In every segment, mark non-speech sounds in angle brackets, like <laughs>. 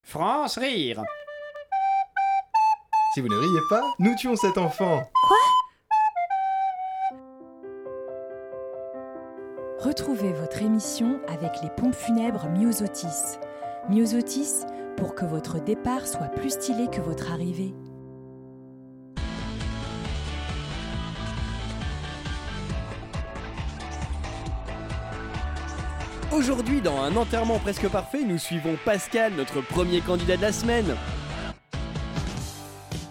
France rire. Si vous ne riez pas, nous tuons cet enfant. Retrouvez votre émission avec les pompes funèbres Myosotis. Myosotis pour que votre départ soit plus stylé que votre arrivée. Aujourd'hui, dans un enterrement presque parfait, nous suivons Pascal, notre premier candidat de la semaine.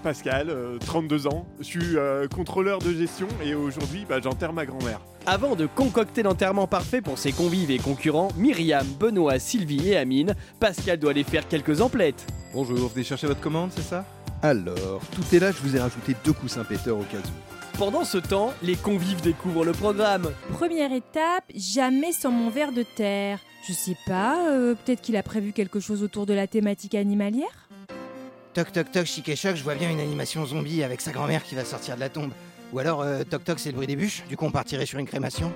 Pascal, euh, 32 ans, je suis euh, contrôleur de gestion et aujourd'hui bah, j'enterre ma grand-mère. Avant de concocter l'enterrement parfait pour ses convives et concurrents, Myriam, Benoît, Sylvie et Amine, Pascal doit aller faire quelques emplettes. Bonjour, vous venez chercher votre commande, c'est ça Alors, tout est là, je vous ai rajouté deux coussins péteurs au cas où. Pendant ce temps, les convives découvrent le programme. Première étape, jamais sans mon verre de terre. Je sais pas, euh, peut-être qu'il a prévu quelque chose autour de la thématique animalière Toc toc toc, chic et choc, je vois bien une animation zombie avec sa grand-mère qui va sortir de la tombe. Ou alors, euh, toc toc, c'est le bruit des bûches, du coup on partirait sur une crémation.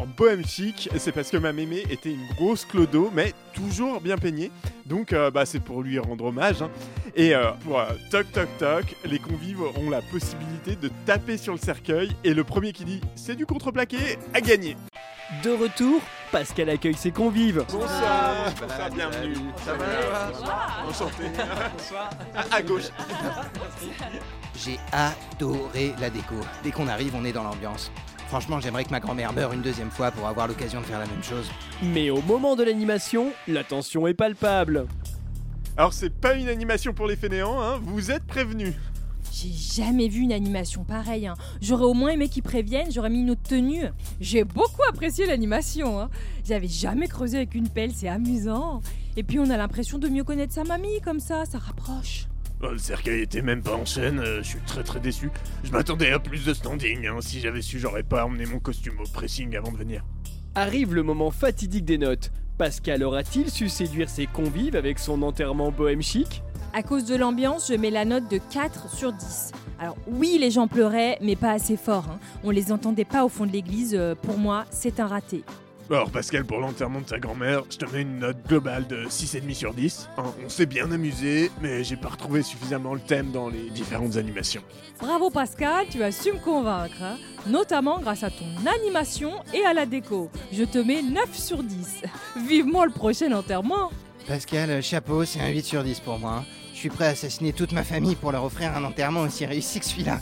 En bohème chic, c'est parce que ma mémé était une grosse clodo, mais toujours bien peignée. Donc euh, bah, c'est pour lui rendre hommage. hein. Et euh, pour euh, toc toc toc, les convives auront la possibilité de taper sur le cercueil et le premier qui dit c'est du contreplaqué a gagné. De retour, Pascal accueille ses convives. Bonsoir, bonsoir, bienvenue. Ça va Enchanté. À, à gauche. J'ai adoré la déco. Dès qu'on arrive, on est dans l'ambiance. Franchement, j'aimerais que ma grand-mère meure une deuxième fois pour avoir l'occasion de faire la même chose. Mais au moment de l'animation, la tension est palpable. Alors c'est pas une animation pour les fainéants, hein, vous êtes prévenus. J'ai jamais vu une animation pareille. hein. J'aurais au moins aimé qu'ils préviennent, j'aurais mis une autre tenue. J'ai beaucoup apprécié l'animation. hein. J'avais jamais creusé avec une pelle, c'est amusant. Et puis on a l'impression de mieux connaître sa mamie comme ça, ça rapproche. Oh, le cercueil était même pas en scène, euh, je suis très très déçu. Je m'attendais à plus de standing, hein. si j'avais su j'aurais pas emmené mon costume au pressing avant de venir. Arrive le moment fatidique des notes. Pascal aura-t-il su séduire ses convives avec son enterrement bohème chic À cause de l'ambiance, je mets la note de 4 sur 10. Alors oui, les gens pleuraient, mais pas assez fort. hein. On les entendait pas au fond de l'église. euh, Pour moi, c'est un raté. Alors Pascal, pour l'enterrement de ta grand-mère, je te mets une note globale de 6,5 sur 10. Hein, on s'est bien amusé, mais j'ai pas retrouvé suffisamment le thème dans les différentes animations. Bravo Pascal, tu as su me convaincre, hein. notamment grâce à ton animation et à la déco. Je te mets 9 sur 10. <laughs> Vivement le prochain enterrement. Pascal, euh, chapeau, c'est un 8 sur 10 pour moi. hein. Je suis prêt à assassiner toute ma famille pour leur offrir un enterrement aussi réussi que celui-là.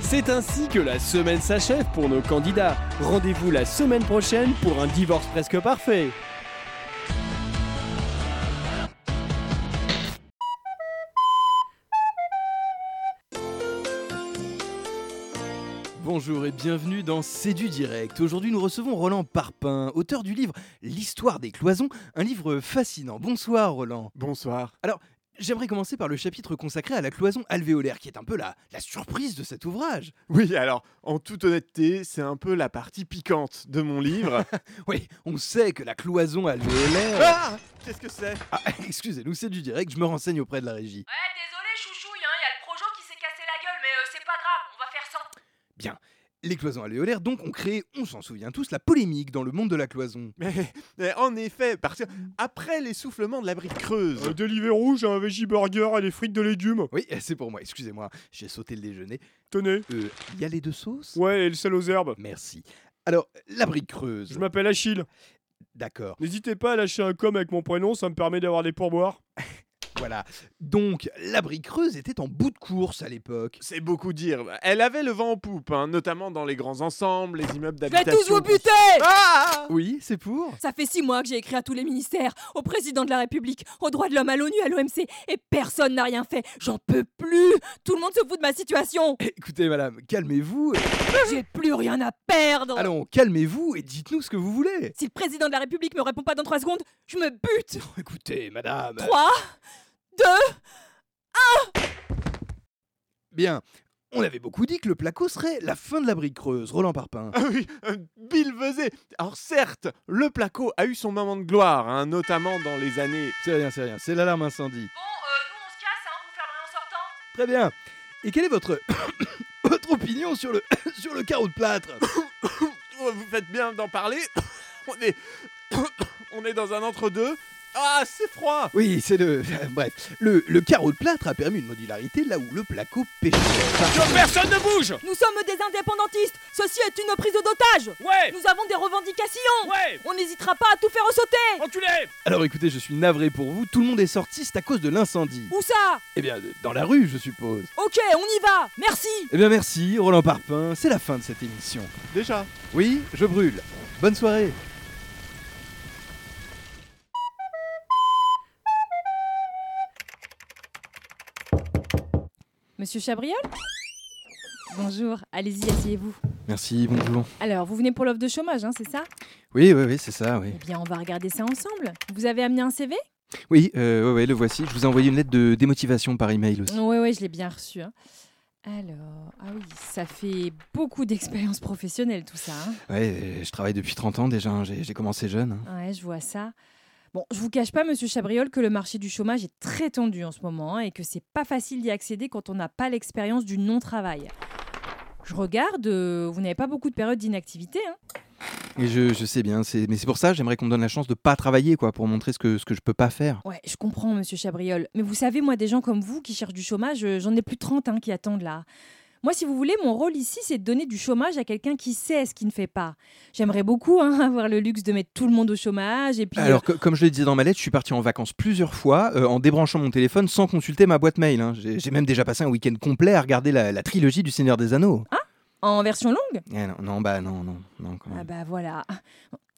C'est ainsi que la semaine s'achève pour nos candidats. Rendez-vous la semaine prochaine pour un divorce presque parfait. Bonjour et bienvenue dans C'est du direct. Aujourd'hui, nous recevons Roland Parpin, auteur du livre L'histoire des cloisons, un livre fascinant. Bonsoir Roland. Bonsoir. J'aimerais commencer par le chapitre consacré à la cloison alvéolaire qui est un peu la, la surprise de cet ouvrage. Oui, alors, en toute honnêteté, c'est un peu la partie piquante de mon livre. Oui, on sait que la cloison alvéolaire <laughs> ah <laughs> Qu'est-ce que c'est Ah, excusez-nous, c'est du direct, je me renseigne auprès de la régie. Ouais, Eh, désolé chouchouille, hein, y a le projo qui s'est cassé la gueule, mais euh, c'est pas grave, on va faire sans. Les cloisons alvéolaires donc ont créé, on s'en souvient tous, la polémique dans le monde de la cloison. mais, mais en effet, partir après l'essoufflement de la brique creuse. Euh, Deliveroo, j'ai un veggie burger et des frites de légumes. Oui, eh, c'est pour moi, excusez-moi, j'ai sauté le déjeuner. Tenez. Euh, il y a les deux sauces Ouais, et le sel aux herbes. Merci. Alors, la brique creuse. Je m'appelle Achille. D'accord. N'hésitez pas à lâcher un com avec mon prénom, ça me permet d'avoir des pourboires. Voilà. Donc, la brique creuse était en bout de course à l'époque. C'est beaucoup dire. Elle avait le vent en poupe, hein, notamment dans les grands ensembles, les immeubles Je vais d'habitation. tous vous buter Ah Oui, c'est pour. Ça fait six mois que j'ai écrit à tous les ministères, au président de la République, aux droits de l'homme, à l'ONU, à l'OMC, et personne n'a rien fait. J'en peux plus Tout le monde se fout de ma situation Écoutez, madame, calmez-vous. J'ai plus rien à perdre Allons, calmez-vous et dites-nous ce que vous voulez. Si le président de la République me répond pas dans trois secondes, je me bute Écoutez, madame. Trois, deux... Bien. On avait beaucoup dit que le placo serait la fin de la brique creuse, Roland Parpin. Ah oui, <laughs> euh, Bill Vezet. Alors certes, le placo a eu son moment de gloire, hein, notamment dans les années... <laughs> C'est rien, c'est rien, c'est l'alarme Bon, incendie. euh, nous on se casse, hein, vous fermerez en sortant. Très bien. Et quelle est votre <coughs> votre opinion sur le sur le carreau de plâtre Oh, Vous faites bien d'en parler. On est, on est dans un entre-deux. Ah, c'est froid Oui, c'est le. euh, Bref, le, le carreau de plâtre a permis une modularité là où le placo pêchait. Que personne ne bouge Nous sommes des indépendantistes Ceci est une prise d'otage Ouais Nous avons des revendications Ouais On n'hésitera pas à tout faire sauter Enculé Alors écoutez, je suis navré pour vous, tout le monde est sorti, c'est à cause de l'incendie. Où ça Eh bien, dans la rue, je suppose. Ok, on y va Merci Eh bien, merci, Roland Parpin, c'est la fin de cette émission. Déjà Oui, je brûle. Bonne soirée. Monsieur Chabriol Bonjour, allez-y, asseyez-vous. Merci, bonjour. Alors, vous venez pour l'offre de chômage, hein, c'est ça Oui, oui, oui, c'est ça, oui. Eh bien, on va regarder ça ensemble. Vous avez amené un CV Oui, euh, ouais, ouais, le voici. Je vous ai envoyé une lettre de démotivation par email aussi. Oui, oui, je l'ai bien reçu. hein. Alors, ah oui, ça fait beaucoup d'expérience professionnelle tout ça. hein. Ouais, euh, je travaille depuis 30 ans déjà, hein, j'ai j'ai commencé jeune. hein. Ouais, je vois ça. Bon, je vous cache pas, monsieur Chabriol, que le marché du chômage est très tendu en ce moment hein, et que c'est pas facile d'y accéder quand on n'a pas l'expérience du non-travail. Je regarde, euh, vous n'avez pas beaucoup de périodes d'inactivité. hein. Et je, je sais bien, c'est- mais c'est pour ça, j'aimerais qu'on me donne la chance de pas travailler, quoi, pour montrer ce que, ce que je peux pas faire. Ouais, je comprends, monsieur Chabriol. Mais vous savez, moi, des gens comme vous qui cherchent du chômage, euh, j'en ai plus de 30 hein, qui attendent là. Moi, si vous voulez, mon rôle ici, c'est de donner du chômage à quelqu'un qui sait ce qu'il ne fait pas. J'aimerais beaucoup hein, <laughs> avoir le luxe de mettre tout le monde au chômage et puis. euh, Alors, co- comme je le disais dans ma lettre, je suis parti en vacances plusieurs fois euh, en débranchant mon téléphone sans consulter ma boîte mail. hein. J'ai j'ai même déjà passé un week-end complet à regarder la, la trilogie du Seigneur des Anneaux. en version longue Eh non, non, bah non, non, non. quand Ah même. bah voilà.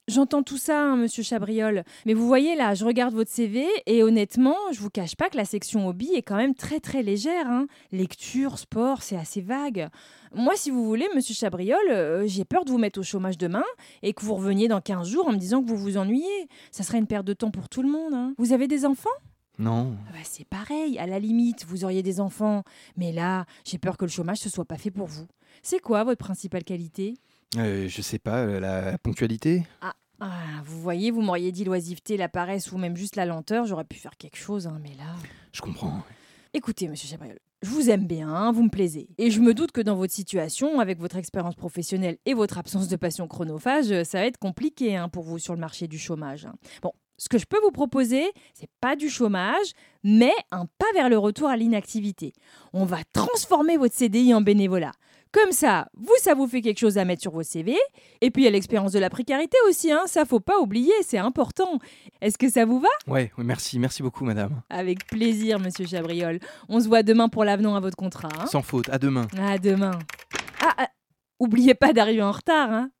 J'entends tout ça, hein, monsieur Chabriol. Mais vous voyez là, je regarde votre CV et honnêtement, je vous cache pas que la section hobby est quand même très très légère. hein. Lecture, sport, c'est assez vague. Moi, si vous voulez, monsieur Chabriol, euh, j'ai peur de vous mettre au chômage demain et que vous reveniez dans 15 jours en me disant que vous vous ennuyez. Ça serait une perte de temps pour tout le monde. hein. Vous avez des enfants Non. Ah bah, C'est pareil, à la limite, vous auriez des enfants. Mais là, j'ai peur que le chômage ne soit pas fait pour vous. C'est quoi votre principale qualité Euh, je sais pas, euh, la ponctualité Ah, vous voyez, vous m'auriez dit l'oisiveté, la paresse ou même juste la lenteur, j'aurais pu faire quelque chose, hein, mais là. Je comprends. Écoutez, monsieur Chabriol, je vous aime bien, vous me plaisez. Et je me doute que dans votre situation, avec votre expérience professionnelle et votre absence de passion chronophage, euh, ça va être compliqué hein, pour vous sur le marché du chômage. hein. Bon, ce que je peux vous proposer, c'est pas du chômage, mais un pas vers le retour à l'inactivité. On va transformer votre CDI en bénévolat. Comme ça, vous, ça vous fait quelque chose à mettre sur vos CV. Et puis, il y a l'expérience de la précarité aussi, hein, ça faut pas oublier, c'est important. Est-ce que ça vous va Ouais, ouais, merci, merci beaucoup, madame. Avec plaisir, monsieur Chabriol. On se voit demain pour l'avenant à votre contrat. hein. Sans faute, à demain. à demain. Ah, ah, oubliez pas d'arriver en retard, hein.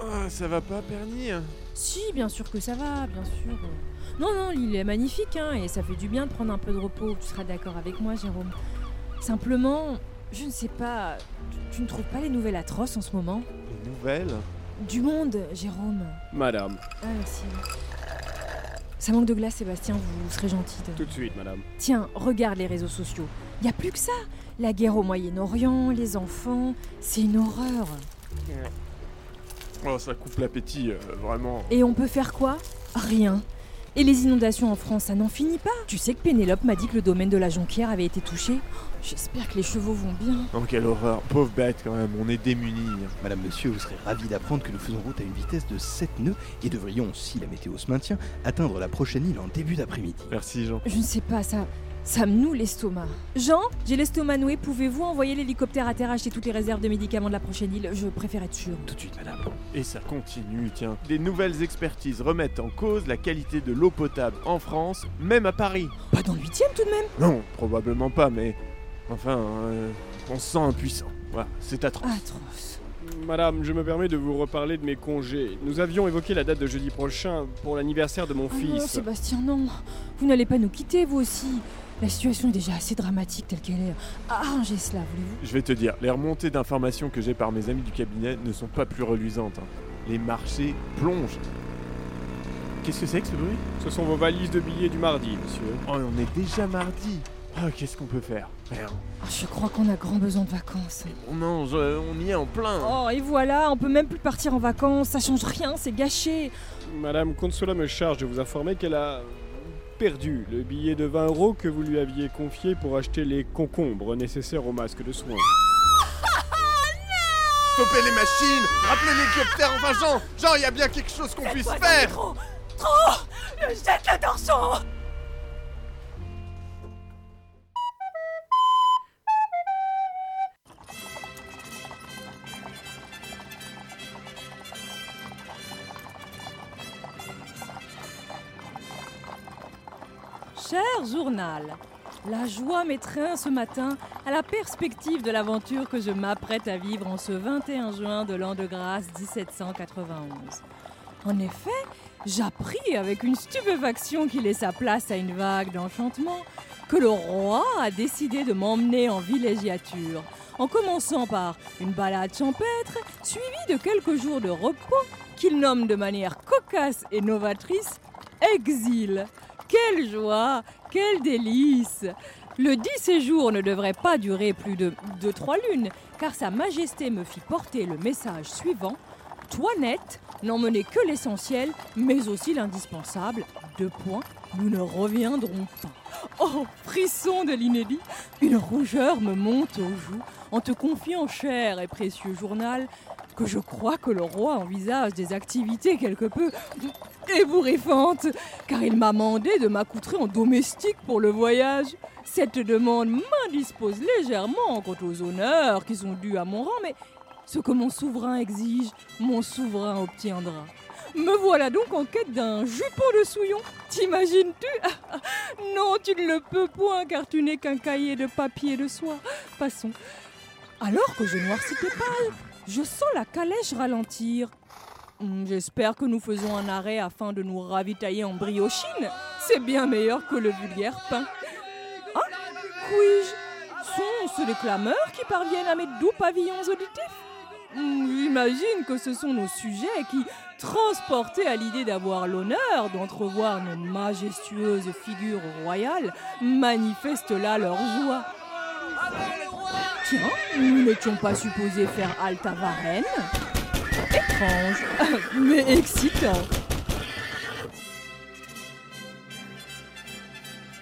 Ah, ça va pas, Perny Si, bien sûr que ça va, bien sûr. Non, non, l'île est magnifique, hein, et ça fait du bien de prendre un peu de repos. Tu seras d'accord avec moi, Jérôme. Simplement, je ne sais pas, tu, tu ne trouves pas les nouvelles atroces en ce moment Les nouvelles Du monde, Jérôme. Madame, Ah, merci. Ça manque de glace, Sébastien, vous serez gentil de... tout de suite, madame. Tiens, regarde les réseaux sociaux. Il a plus que ça. La guerre au Moyen-Orient, les enfants, c'est une horreur. Oh, ça coupe l'appétit, euh, vraiment. Et on peut faire quoi Rien. Et les inondations en France, ça n'en finit pas. Tu sais que Pénélope m'a dit que le domaine de la Jonquière avait été touché. J'espère que les chevaux vont bien. Oh, quelle horreur. Pauvre bête, quand même, on est démunis. hein. Madame, monsieur, vous serez ravi d'apprendre que nous faisons route à une vitesse de 7 nœuds et devrions, si la météo se maintient, atteindre la prochaine île en début d'après-midi. Merci, Jean. Je ne sais pas, ça. Ça me noue l'estomac. Jean, j'ai l'estomac noué. Pouvez-vous envoyer l'hélicoptère à terre acheter toutes les réserves de médicaments de la prochaine île Je préfère être sûre. Tout de suite, madame. Et ça continue, tiens. Les nouvelles expertises remettent en cause la qualité de l'eau potable en France, même à Paris. Pas dans le huitième tout de même. Non, probablement pas, mais... Enfin, euh, on se sent impuissant. Voilà, c'est atroce. Atroce. Madame, je me permets de vous reparler de mes congés. Nous avions évoqué la date de jeudi prochain pour l'anniversaire de mon Oh non, fils. Sébastien, non. Vous n'allez pas nous quitter, vous aussi. La situation est déjà assez dramatique telle qu'elle est. Arrangez cela, voulez-vous Je vais te dire, les remontées d'informations que j'ai par mes amis du cabinet ne sont pas plus reluisantes. hein. Les marchés plongent. Qu'est-ce que c'est que ce bruit Ce sont vos valises de billets du mardi, monsieur. Oh, on est déjà mardi. Ah, qu'est-ce qu'on peut faire Rien. Ah, Je crois qu'on a grand besoin de vacances. On mange, euh, on y est en plein. Oh, et voilà, on peut même plus partir en vacances, ça change rien, c'est gâché. Madame Consola me charge de vous informer qu'elle a perdu le billet de 20 euros que vous lui aviez confié pour acheter les concombres nécessaires au masque de soins. Stoppez les machines Rappelez l'hélicoptère Enfin, Jean Jean, il y a bien quelque chose qu'on puisse faire Trop Trop Je jette le torchon Cher journal, la joie m'étreint ce matin à la perspective de l'aventure que je m'apprête à vivre en ce 21 juin de l'an de grâce 1791. En effet, j'appris avec une stupéfaction qui laissa place à une vague d'enchantement que le roi a décidé de m'emmener en villégiature, en commençant par une balade champêtre suivie de quelques jours de repos qu'il nomme de manière cocasse et novatrice exil. Quelle joie, quel délice Le dit séjour ne devrait pas durer plus de, de trois lunes, car Sa Majesté me fit porter le message suivant. Toi net, n'emmenez que l'essentiel, mais aussi l'indispensable. Deux points, nous ne reviendrons pas. Oh, frisson de l'inédit Une rougeur me monte aux joues en te confiant, cher et précieux journal, que je crois que le roi envisage des activités quelque peu ébouriffantes, car il m'a mandé de m'accoutrer en domestique pour le voyage. Cette demande m'indispose légèrement quant aux honneurs qui sont dus à mon rang, mais ce que mon souverain exige, mon souverain obtiendra. Me voilà donc en quête d'un jupon de souillon, t'imagines-tu <laughs> Non, tu ne le peux point, car tu n'es qu'un cahier de papier de soie. Passons. Alors que je noircis tes pales, je sens la calèche ralentir. Hum, J'espère que nous faisons un arrêt afin de nous ravitailler en briochine. C'est bien meilleur que le vulgaire pain. Ah, couis-je Sont-ce les clameurs qui parviennent à mes doux pavillons auditifs Hum, J'imagine que ce sont nos sujets qui, transportés à l'idée d'avoir l'honneur d'entrevoir nos majestueuses figures royales, manifestent là leur joie. Tiens, nous n'étions pas supposés faire halte à Varennes Étrange, <laughs> mais excitant. France Rire Lundi, du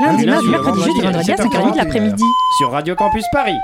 mardi, mercredi, jeudi, vendredi à 5h30 de 17h40, l'après-midi. Sur Radio Campus Paris